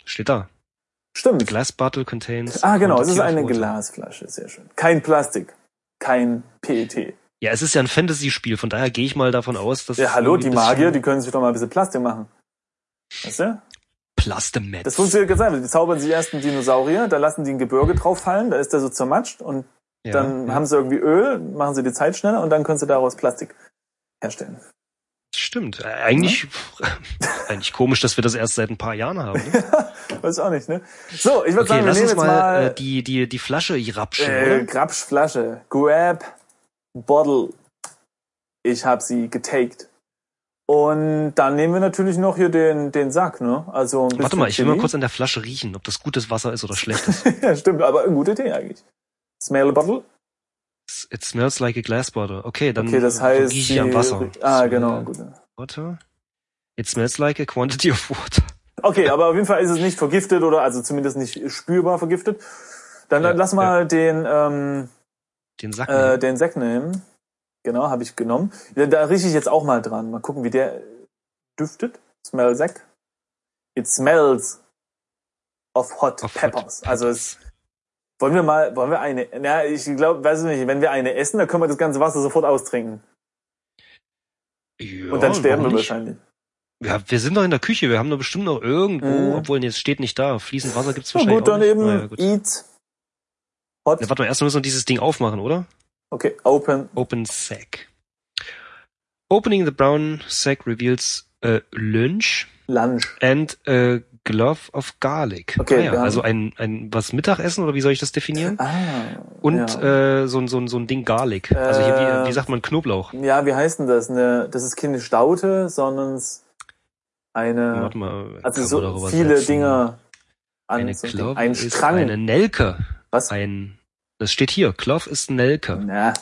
Speaker 2: Steht da.
Speaker 1: stimmt.
Speaker 2: Glass bottle contains.
Speaker 1: Ah, genau. Es ist
Speaker 2: quantitative
Speaker 1: eine
Speaker 2: water.
Speaker 1: Glasflasche. Sehr schön. Kein Plastik. Kein E PET.
Speaker 2: Ja, es ist ja ein Fantasy-Spiel, von daher gehe ich mal davon aus, dass
Speaker 1: Ja, hallo,
Speaker 2: es
Speaker 1: die
Speaker 2: irgendwie ein bisschen
Speaker 1: Magier, die können sich doch mal ein bisschen Plastik machen. Weißt du?
Speaker 2: Plastemetz.
Speaker 1: Das funktioniert ganz einfach. Die zaubern sich erst einen Dinosaurier, da lassen die ein Gebirge drauf fallen, da ist der so zermatscht und
Speaker 2: ja,
Speaker 1: dann
Speaker 2: ja.
Speaker 1: haben sie irgendwie Öl, machen sie die Zeit schneller und dann können sie daraus Plastik herstellen.
Speaker 2: Stimmt. Äh, Eigentlich, eigentlich komisch, dass wir das erst seit ein paar Jahren haben. Ne?
Speaker 1: Weiß auch nicht, ne? So, ich würde
Speaker 2: Okay,
Speaker 1: sagen, wir
Speaker 2: lass
Speaker 1: nehmen
Speaker 2: uns
Speaker 1: jetzt
Speaker 2: mal, äh,
Speaker 1: mal,
Speaker 2: die, die, die Flasche hier rapschen,
Speaker 1: äh,
Speaker 2: oder?
Speaker 1: Grabschflasche. Grab Bottle. Ich habe sie getaked. Und dann nehmen wir natürlich noch hier den, den Sack, ne? Also ein bisschen
Speaker 2: Warte mal, ich will mal
Speaker 1: Chili.
Speaker 2: kurz an der Flasche riechen, ob das gutes Wasser ist oder schlechtes.
Speaker 1: ja, stimmt, aber eine gute Idee eigentlich. Smell a Bottle.
Speaker 2: It smells like a glass bottle. Okay, dann
Speaker 1: Okay, das heißt.
Speaker 2: rieche ich am
Speaker 1: die-
Speaker 2: Wasser.
Speaker 1: Ah,
Speaker 2: Smell
Speaker 1: genau, gut.
Speaker 2: Water. It smells like a quantity of water.
Speaker 1: Okay, aber auf jeden Fall ist es nicht vergiftet oder also zumindest nicht spürbar vergiftet. Dann
Speaker 2: Ja, Mhm.
Speaker 1: lass mal den ähm,
Speaker 2: Den Sack.
Speaker 1: äh,
Speaker 2: nehmen.
Speaker 1: den Sekt nehmen. Genau, habe ich genommen. Ja, da rieche ich jetzt auch mal dran. Mal gucken, wie der düftet. Smell Sekt. It smells of hot
Speaker 2: Of hot
Speaker 1: peppers. Also es wollen wir mal, wollen wir eine? Na, ich glaube, weiß ich nicht. Wenn wir eine essen, dann können wir das ganze Wasser sofort austrinken
Speaker 2: ja,
Speaker 1: und dann sterben wir
Speaker 2: warum nicht?
Speaker 1: wahrscheinlich.
Speaker 2: Ja, wir sind doch in der Küche, wir haben doch bestimmt noch irgendwo,
Speaker 1: Mhm.
Speaker 2: obwohl, nee, es steht nicht da. Fließend Wasser gibt's
Speaker 1: Na
Speaker 2: wahrscheinlich
Speaker 1: gut, dann
Speaker 2: auch nicht.
Speaker 1: eben
Speaker 2: Naja, gut.
Speaker 1: eat hot.
Speaker 2: Ja, warte mal, erst müssen wir dieses Ding aufmachen, oder?
Speaker 1: Okay, open.
Speaker 2: Open Sack. Opening the brown sack reveals a lunch
Speaker 1: Lunch.
Speaker 2: and a glove of garlic.
Speaker 1: Okay,
Speaker 2: ja,
Speaker 1: wir haben-
Speaker 2: also ein, ein was Mittagessen oder wie soll ich das definieren?
Speaker 1: Ah.
Speaker 2: Und
Speaker 1: ja.
Speaker 2: äh, so, ein- so, ein- so ein Ding Garlic. also hier,
Speaker 1: Äh,
Speaker 2: wie, wie sagt man, Knoblauch.
Speaker 1: Ja, wie heißt denn das? Eine, das ist keine Staute, sondern s- eine.
Speaker 2: Warte mal.
Speaker 1: Also
Speaker 2: kann man
Speaker 1: so
Speaker 2: darüber
Speaker 1: viele
Speaker 2: setzen.
Speaker 1: Dinge an
Speaker 2: Eine
Speaker 1: so ein
Speaker 2: Glove
Speaker 1: Ding. ein
Speaker 2: ist
Speaker 1: Strang.
Speaker 2: eine Nelke.
Speaker 1: Was?
Speaker 2: Ein, das steht hier, Clove ist Nelke.
Speaker 1: Na.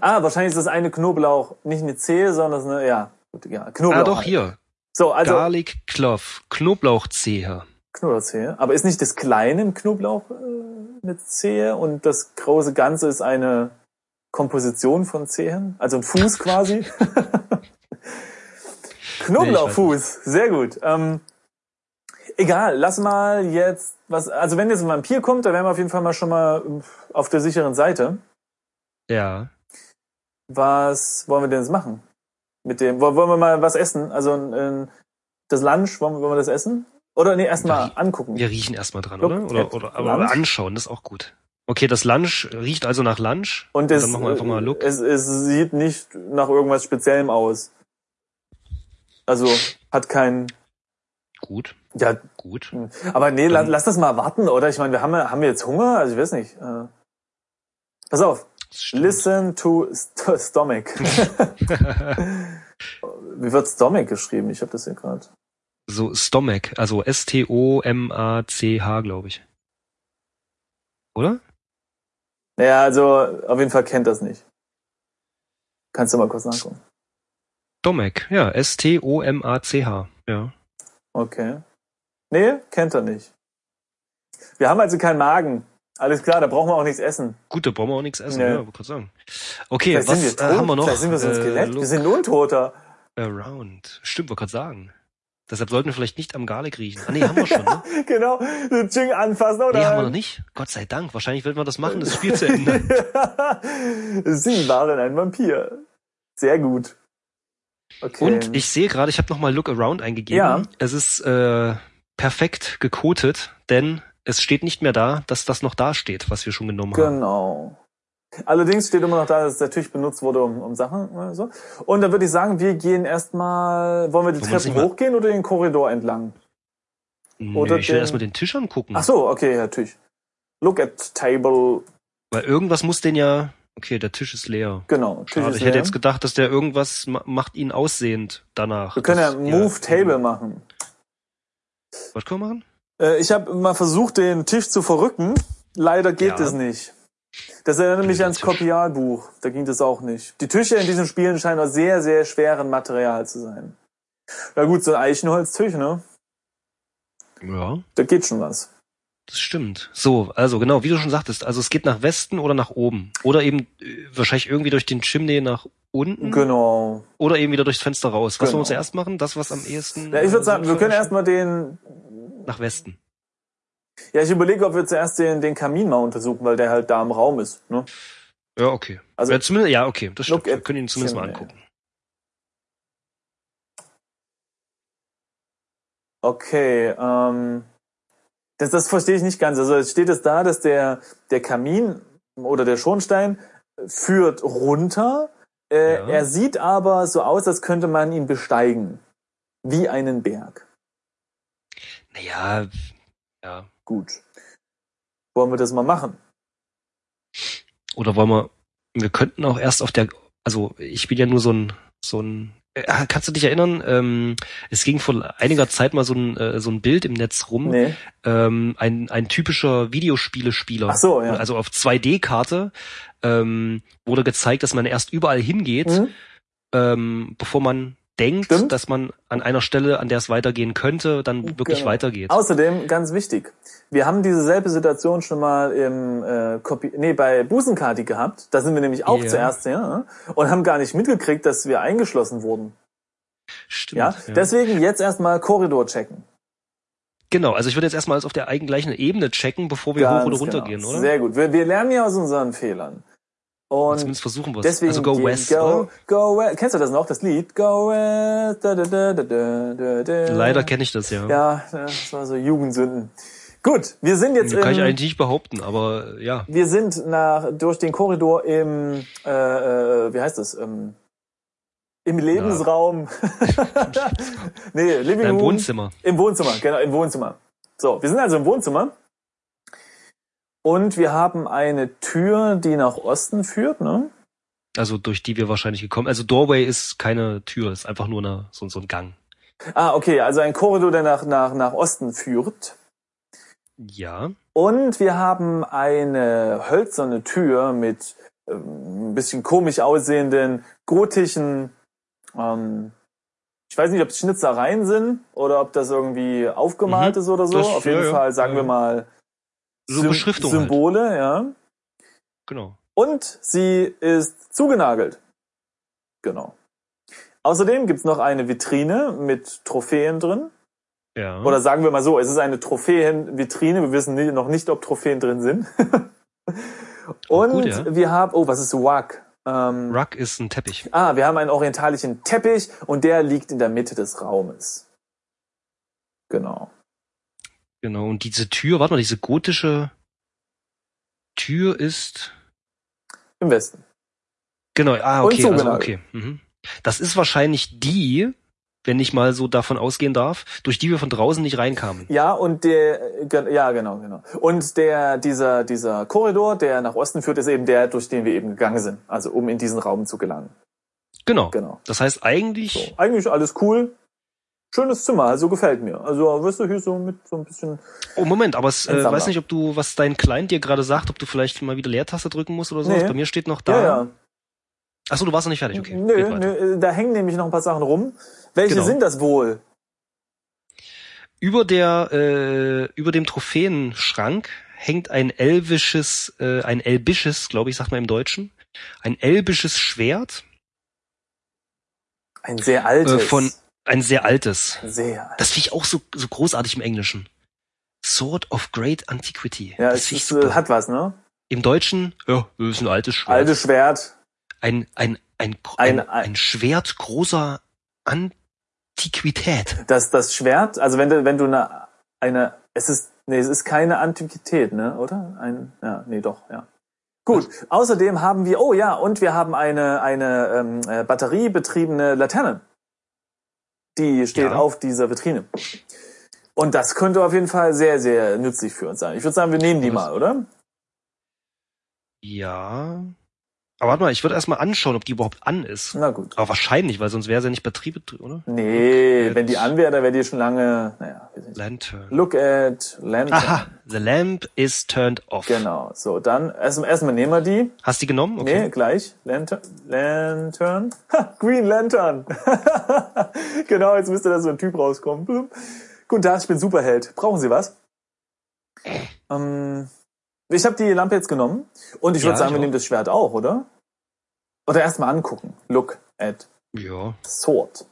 Speaker 1: Ah, wahrscheinlich ist das eine Knoblauch, nicht eine Zehe, sondern das ist eine, ja, gut, ja, Knoblauch.
Speaker 2: Ah, doch,
Speaker 1: halt.
Speaker 2: hier.
Speaker 1: So, also
Speaker 2: Garlic Clove, Knoblauchzehe.
Speaker 1: Knoblauchzehe. Aber ist nicht das kleine im Knoblauch äh, eine Zehe und das große Ganze ist eine Komposition von Zehen? Also ein Fuß quasi? Knoblauchfuß, sehr gut. Ähm, egal, lass mal jetzt was. Also wenn jetzt ein Vampir kommt, dann wären wir auf jeden Fall mal schon mal äh, auf der sicheren Seite.
Speaker 2: Ja.
Speaker 1: Was wollen wir denn jetzt machen? Mit dem wo- wollen wir mal was essen? Also äh, das Lunch, wollen wir, wollen wir das essen? Oder nee, erst mal
Speaker 2: Ja,
Speaker 1: angucken.
Speaker 2: Wir riechen erstmal dran,
Speaker 1: Look
Speaker 2: oder?
Speaker 1: at
Speaker 2: Oder, oder aber
Speaker 1: lunch.
Speaker 2: anschauen, das ist auch gut. Okay, das Lunch riecht also nach Lunch.
Speaker 1: Und es, äh,
Speaker 2: dann machen wir einfach mal Look.
Speaker 1: Es, es sieht nicht nach irgendwas Speziellem aus. Also hat keinen.
Speaker 2: Gut,
Speaker 1: Ja,
Speaker 2: gut.
Speaker 1: aber nee, la,
Speaker 2: Dann-
Speaker 1: lass das mal warten, oder? Ich meine, wir haben, ja- haben wir jetzt Hunger? Also ich weiß nicht. Äh, pass auf,
Speaker 2: Das stimmt.
Speaker 1: listen to st stomach. Wie wird stomach geschrieben? Ich habe das hier gerade.
Speaker 2: so Stomach, also S-T-O-M-A-C-H, glaube ich. Oder?
Speaker 1: Naja, also auf jeden Fall kennt das nicht. Kannst du mal kurz nachgucken.
Speaker 2: Stomach, ja, S-T-O-M-A-C-H, ja.
Speaker 1: Okay. Nee, kennt er nicht. Wir haben also keinen Magen. Alles klar, da brauchen wir auch nichts essen.
Speaker 2: Gut, da brauchen wir auch nichts essen,
Speaker 1: Nee.
Speaker 2: ja, wollte gerade sagen. Okay,
Speaker 1: Vielleicht
Speaker 2: was
Speaker 1: sind wir tot,
Speaker 2: äh, haben wir noch?
Speaker 1: vielleicht sind wir so ein
Speaker 2: Äh,
Speaker 1: Skelett,
Speaker 2: look
Speaker 1: wir sind Nulltoter.
Speaker 2: around. Stimmt, wollte gerade sagen. Deshalb sollten wir vielleicht nicht am Garlic riechen. Ah nee, haben wir schon, ne?
Speaker 1: genau, so Ching anfassen oder?
Speaker 2: Nee, haben wir noch nicht. Gott sei Dank. Wahrscheinlich wird man das machen, das Spiel zu Ende.
Speaker 1: Sie waren ein Vampir. Sehr gut. Okay.
Speaker 2: Und ich sehe gerade, ich habe nochmal Look Around eingegeben.
Speaker 1: Ja.
Speaker 2: Es ist äh, perfekt gekotet, denn es steht nicht mehr da, dass das noch da steht, was wir schon genommen haben.
Speaker 1: Genau. Allerdings steht immer noch da, dass es natürlich benutzt wurde, um, um Sachen oder so. Und dann würde ich sagen, wir gehen erstmal, wollen wir die
Speaker 2: Wollen wir uns
Speaker 1: Treppen
Speaker 2: nicht mal- Hm.
Speaker 1: hochgehen oder den Korridor entlang?
Speaker 2: Nee,
Speaker 1: Oder
Speaker 2: ich will
Speaker 1: den-
Speaker 2: erstmal den Tisch angucken.
Speaker 1: Ach so, okay, ja, natürlich. Look at table,
Speaker 2: Weil irgendwas muss den ja. Okay, der Tisch ist leer.
Speaker 1: genau. Tisch
Speaker 2: Schade,
Speaker 1: ist
Speaker 2: ich hätte
Speaker 1: leer.
Speaker 2: jetzt gedacht, dass der irgendwas ma macht ihn aussehend danach.
Speaker 1: wir können ja
Speaker 2: Das-
Speaker 1: Move Table machen.
Speaker 2: Was können wir machen?
Speaker 1: Äh, ich habe mal versucht, den Tisch zu verrücken. Leider geht
Speaker 2: Ja.
Speaker 1: es nicht. Das erinnert mich
Speaker 2: Blöder
Speaker 1: ans
Speaker 2: Tisch.
Speaker 1: Kopialbuch. Da ging das auch nicht. Die Tische in diesen Spielen scheinen aus sehr, sehr schweren Material zu sein. Na gut, so ein Eichenholztisch, ne?
Speaker 2: Ja,
Speaker 1: Da geht schon was.
Speaker 2: das stimmt. So, also genau, wie du schon sagtest, also es geht nach Westen oder nach oben. Oder eben äh, wahrscheinlich irgendwie durch den Chimney nach unten.
Speaker 1: Genau.
Speaker 2: Oder eben wieder durchs Fenster raus. Was
Speaker 1: Genau.
Speaker 2: wollen wir zuerst machen? Das, was am ehesten.
Speaker 1: Ja, ich
Speaker 2: äh,
Speaker 1: würde sagen, wir
Speaker 2: sinnvoll
Speaker 1: können
Speaker 2: ist?
Speaker 1: erstmal den.
Speaker 2: Nach Westen.
Speaker 1: Ja, ich überlege, ob wir zuerst den, den Kamin mal untersuchen, weil der halt da im Raum ist. Ne?
Speaker 2: Ja, okay.
Speaker 1: Also-
Speaker 2: Also, ja, zumindest, ja, okay, das
Speaker 1: Look
Speaker 2: stimmt. Wir
Speaker 1: at
Speaker 2: können ihn zumindest mal
Speaker 1: Chimney.
Speaker 2: angucken.
Speaker 1: Okay, ähm, das, das verstehe ich nicht ganz. Also jetzt steht es da, dass der, der Kamin oder der Schornstein führt runter. Äh,
Speaker 2: Ja.
Speaker 1: Er sieht aber so aus, als könnte man ihn besteigen. Wie einen Berg.
Speaker 2: Naja, ja.
Speaker 1: Gut. Wollen wir das mal machen?
Speaker 2: Oder wollen wir, wir könnten auch erst auf der, also ich bin ja nur so ein, so ein, äh, kannst du dich erinnern, ähm, es ging vor einiger Zeit mal so ein, äh, so ein Bild im Netz rum,
Speaker 1: Nee.
Speaker 2: ähm, ein, ein typischer Videospielespieler.
Speaker 1: Ach so, ja.
Speaker 2: Also auf 2D-Karte ähm, wurde gezeigt, dass man erst überall hingeht,
Speaker 1: Hm?
Speaker 2: ähm, bevor man denkt,
Speaker 1: Stimmt.
Speaker 2: dass man an einer Stelle, an der es weitergehen könnte, dann wirklich
Speaker 1: Genau.
Speaker 2: weitergeht.
Speaker 1: Außerdem, ganz wichtig, wir haben diese selbe Situation schon mal im äh, Kopi nee, bei Busenkati gehabt. Da sind wir nämlich auch
Speaker 2: Ja.
Speaker 1: zuerst ja, und haben gar nicht mitgekriegt, dass wir eingeschlossen wurden.
Speaker 2: Stimmt.
Speaker 1: Ja, deswegen jetzt erstmal Korridor checken.
Speaker 2: genau, also ich würde jetzt erstmal alles auf der eigengleichen Ebene checken, bevor wir hoch oder
Speaker 1: Ganz
Speaker 2: runter
Speaker 1: genau.
Speaker 2: gehen, oder?
Speaker 1: Sehr gut. Wir, wir lernen ja aus unseren Fehlern. Und
Speaker 2: Zumindest versuchen wir es.
Speaker 1: deswegen
Speaker 2: Also go
Speaker 1: gehen-
Speaker 2: west,
Speaker 1: Go,
Speaker 2: oder?
Speaker 1: go west. Kennst du das noch, das Lied? Go west. Da, da, da, da, da, da.
Speaker 2: Leider kenne ich ne? das ja.
Speaker 1: Ja, das war so Jugendsünden. Gut, wir sind jetzt
Speaker 2: Kann ich
Speaker 1: im,
Speaker 2: eigentlich nicht behaupten, aber äh, ja.
Speaker 1: wir sind nach durch den Korridor im äh, äh, wie heißt das? Im, im Lebensraum. nee, Living
Speaker 2: Dein
Speaker 1: Room.
Speaker 2: Wohnzimmer.
Speaker 1: Im Wohnzimmer, genau, im Wohnzimmer. So, wir sind also im Wohnzimmer. Und wir haben eine Tür, die nach Osten führt, ne?
Speaker 2: Also durch die wir wahrscheinlich gekommen. Also Doorway ist keine Tür, ist einfach nur eine, so, so ein Gang.
Speaker 1: Ah, okay, also ein Korridor, der nach, nach, nach Osten führt.
Speaker 2: Ja.
Speaker 1: Und wir haben eine hölzerne Tür mit ähm, ein bisschen komisch aussehenden, gotischen, ähm, ich weiß nicht, ob es Schnitzereien sind oder ob das irgendwie aufgemalt
Speaker 2: Mhm,
Speaker 1: ist oder so.
Speaker 2: das-
Speaker 1: Auf
Speaker 2: ja,
Speaker 1: jeden
Speaker 2: ja,
Speaker 1: Fall, sagen
Speaker 2: ja,
Speaker 1: wir
Speaker 2: ja.
Speaker 1: mal,
Speaker 2: So
Speaker 1: Sym-
Speaker 2: Beschriftung halt.
Speaker 1: Symbole, ja.
Speaker 2: Genau.
Speaker 1: Und sie ist zugenagelt. Genau. Außerdem gibt's noch eine Vitrine mit Trophäen drin.
Speaker 2: Ja.
Speaker 1: Oder sagen wir mal so, es ist eine Trophäenvitrine. Wir wissen nie, noch nicht, ob Trophäen drin sind. Und
Speaker 2: Oh, Gut, ja.
Speaker 1: wir haben, oh, was ist Wak? Ähm,
Speaker 2: Rug ist ein Teppich.
Speaker 1: ah, wir haben einen orientalischen Teppich und der liegt in der Mitte des Raumes. Genau.
Speaker 2: Genau. Und diese Tür, warte mal, diese gotische Tür ist.
Speaker 1: Im Westen.
Speaker 2: Genau, ah,
Speaker 1: Und
Speaker 2: okay, also
Speaker 1: zugenagelt.
Speaker 2: okay. Mhm. Das ist wahrscheinlich die, wenn ich mal so davon ausgehen darf, durch die wir von draußen nicht reinkamen.
Speaker 1: Ja, und der, ge- ja, genau, genau. Und der, dieser, dieser Korridor, der nach Osten führt, ist eben der, durch den wir eben gegangen sind. Also, um in diesen Raum zu gelangen.
Speaker 2: Genau.
Speaker 1: Genau.
Speaker 2: Das heißt eigentlich,
Speaker 1: So. Eigentlich alles cool. Schönes Zimmer, also gefällt mir. Also, wirst du hier so mit so ein bisschen,
Speaker 2: oh Moment, aber es, äh,
Speaker 1: Entsammler.
Speaker 2: weiß nicht, ob du, was dein Client dir gerade sagt, ob du vielleicht mal wieder Leertaste drücken musst oder so.
Speaker 1: Nee.
Speaker 2: Bei mir steht noch
Speaker 1: ja,
Speaker 2: da.
Speaker 1: ja.
Speaker 2: Achso, du warst noch nicht fertig, okay. geht
Speaker 1: nö,
Speaker 2: weiter.
Speaker 1: nö, da hängen nämlich noch ein paar Sachen rum. Welche
Speaker 2: Genau.
Speaker 1: sind das wohl?
Speaker 2: Über der, äh, über dem Trophäenschrank hängt ein elvisches, äh, ein elbisches, glaube ich, sagt man im Deutschen, ein elbisches Schwert.
Speaker 1: Ein sehr altes.
Speaker 2: Äh, von ein sehr altes.
Speaker 1: Sehr alt.
Speaker 2: Das finde ich auch so, so großartig im Englischen. Sword of Great Antiquity.
Speaker 1: Ja,
Speaker 2: das
Speaker 1: es
Speaker 2: finde ich
Speaker 1: ist,
Speaker 2: super.
Speaker 1: äh, hat was, ne?
Speaker 2: Im Deutschen, ja, das ist ein altes Schwert.
Speaker 1: Altes Schwert.
Speaker 2: Ein, ein, ein,
Speaker 1: Ein-
Speaker 2: ein, ein, Schwert großer Antiquität.
Speaker 1: Das, das Schwert, also wenn du, wenn du eine, eine, es ist, nee, es ist keine Antiquität, ne, oder? Ein, ja, nee, doch, ja. Gut. Außerdem haben wir, oh ja, und wir haben eine, eine ähm, äh, batteriebetriebene Laterne. Die steht
Speaker 2: Ja.
Speaker 1: auf dieser Vitrine. Und das könnte auf jeden Fall sehr, sehr nützlich für uns sein. Ich würde sagen, wir nehmen die
Speaker 2: Was-
Speaker 1: mal, oder?
Speaker 2: Ja. Aber warte mal, ich würde erstmal anschauen, ob die überhaupt an ist.
Speaker 1: Na gut.
Speaker 2: Aber wahrscheinlich, weil sonst wäre sie ja nicht Betriebe, oder?
Speaker 1: Nee,
Speaker 2: Look
Speaker 1: wenn die
Speaker 2: at-
Speaker 1: an wäre, dann wäre die schon lange, naja, weiß nicht.
Speaker 2: Lantern.
Speaker 1: Look at Lantern.
Speaker 2: Aha, the lamp is turned off.
Speaker 1: Genau, so, dann erstmal erstmal nehmen wir die.
Speaker 2: Hast du die genommen?
Speaker 1: Nee, gleich. Lantern. Lantern. Ha, Green Lantern. genau, jetzt müsste da so ein Typ rauskommen. Blum. Guten Tag, ich bin Superheld. Brauchen Sie was? Ähm, ich habe die Lampe jetzt genommen und ich
Speaker 2: Ja,
Speaker 1: würde sagen,
Speaker 2: ich
Speaker 1: wir
Speaker 2: auch.
Speaker 1: nehmen das Schwert auch, oder? Oder erstmal angucken. Look at
Speaker 2: Ja.
Speaker 1: Sword.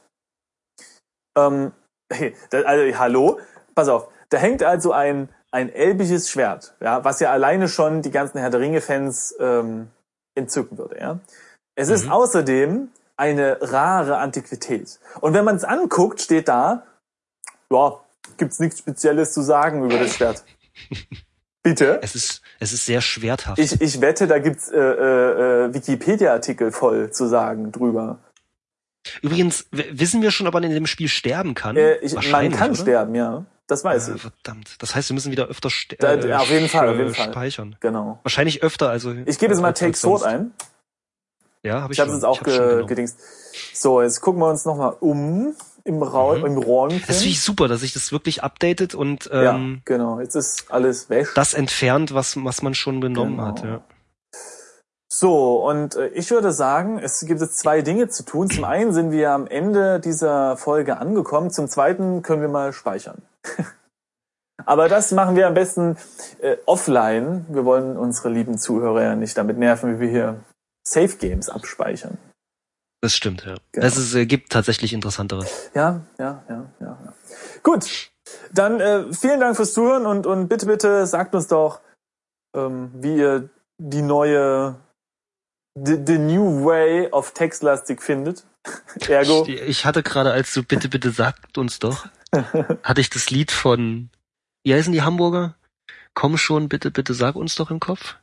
Speaker 1: Ähm, hey, da, also, hallo? Pass auf, da hängt also ein, ein elbisches Schwert, ja, was ja alleine schon die ganzen Herr der Ringe-Fans ähm, entzücken würde. Ja? Es ist
Speaker 2: Mhm.
Speaker 1: außerdem eine rare Antiquität. Und wenn man es anguckt, steht da, ja, gibt's nichts Spezielles zu sagen über das Schwert. Bitte?
Speaker 2: Es ist, es ist sehr schwerthaft.
Speaker 1: Ich, ich wette, da gibt's äh, äh, äh, Wikipedia-Artikel voll zu sagen drüber.
Speaker 2: Übrigens, w- wissen wir schon, ob man in dem Spiel sterben kann?
Speaker 1: Äh, ich, man
Speaker 2: Wahrscheinlich,
Speaker 1: kann
Speaker 2: oder?
Speaker 1: sterben, ja. Das weiß
Speaker 2: Äh,
Speaker 1: ich.
Speaker 2: verdammt. Das heißt, wir müssen wieder öfter ster-
Speaker 1: Da-
Speaker 2: äh,
Speaker 1: auf jeden Fall, auf
Speaker 2: sch-
Speaker 1: jeden
Speaker 2: äh,
Speaker 1: Fall.
Speaker 2: speichern.
Speaker 1: Genau.
Speaker 2: Wahrscheinlich öfter, also.
Speaker 1: Ich gebe jetzt mal Take Sword ein.
Speaker 2: Ja, habe ich,
Speaker 1: Ich habe
Speaker 2: schon.
Speaker 1: es auch
Speaker 2: hab schon
Speaker 1: ge
Speaker 2: genommen.
Speaker 1: gedingst. So, jetzt gucken wir uns nochmal um im, Ra
Speaker 2: Mhm.
Speaker 1: im Raum.
Speaker 2: Das finde ich super, dass sich das wirklich updatet und
Speaker 1: ja,
Speaker 2: ähm,
Speaker 1: genau. Jetzt ist alles wäsch.
Speaker 2: das entfernt, was, was man schon genommen
Speaker 1: Genau.
Speaker 2: hat. Ja.
Speaker 1: So, und äh, ich würde sagen, es gibt jetzt zwei Dinge zu tun. Zum einen sind wir am Ende dieser Folge angekommen. Zum zweiten können wir mal speichern. Aber das machen wir am besten äh, offline. Wir wollen unsere lieben Zuhörer ja nicht damit nerven, wie wir hier Safe Games abspeichern.
Speaker 2: Das stimmt, ja.
Speaker 1: Genau.
Speaker 2: Es ist, äh, gibt tatsächlich interessanteres.
Speaker 1: Ja, ja, ja, ja. ja. Gut, dann äh, vielen Dank fürs Zuhören und, und bitte, bitte sagt uns doch, ähm, wie ihr die neue, the, the new way of textlastik findet. Ergo,
Speaker 2: Ich, ich hatte gerade, als du bitte, bitte sagt uns doch, hatte ich das Lied von, wie heißen die Hamburger? Komm schon, bitte, bitte sag uns doch im Kopf.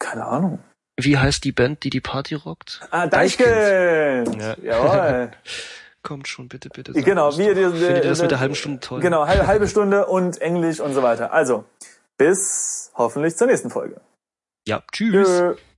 Speaker 1: keine Ahnung.
Speaker 2: Wie heißt die Band, die die Party rockt?
Speaker 1: Ah, danke.
Speaker 2: Deichkind.
Speaker 1: Jawohl.
Speaker 2: Kommt schon, bitte, bitte. sag
Speaker 1: genau,
Speaker 2: uns
Speaker 1: wie ihr
Speaker 2: doch.
Speaker 1: die,
Speaker 2: Findet ihr das
Speaker 1: äh,
Speaker 2: mit der halben Stunde toll?
Speaker 1: Genau, halbe, halbe Stunde und Englisch und so weiter. Also, bis hoffentlich zur nächsten Folge.
Speaker 2: Ja, tschüss.
Speaker 1: Tschö.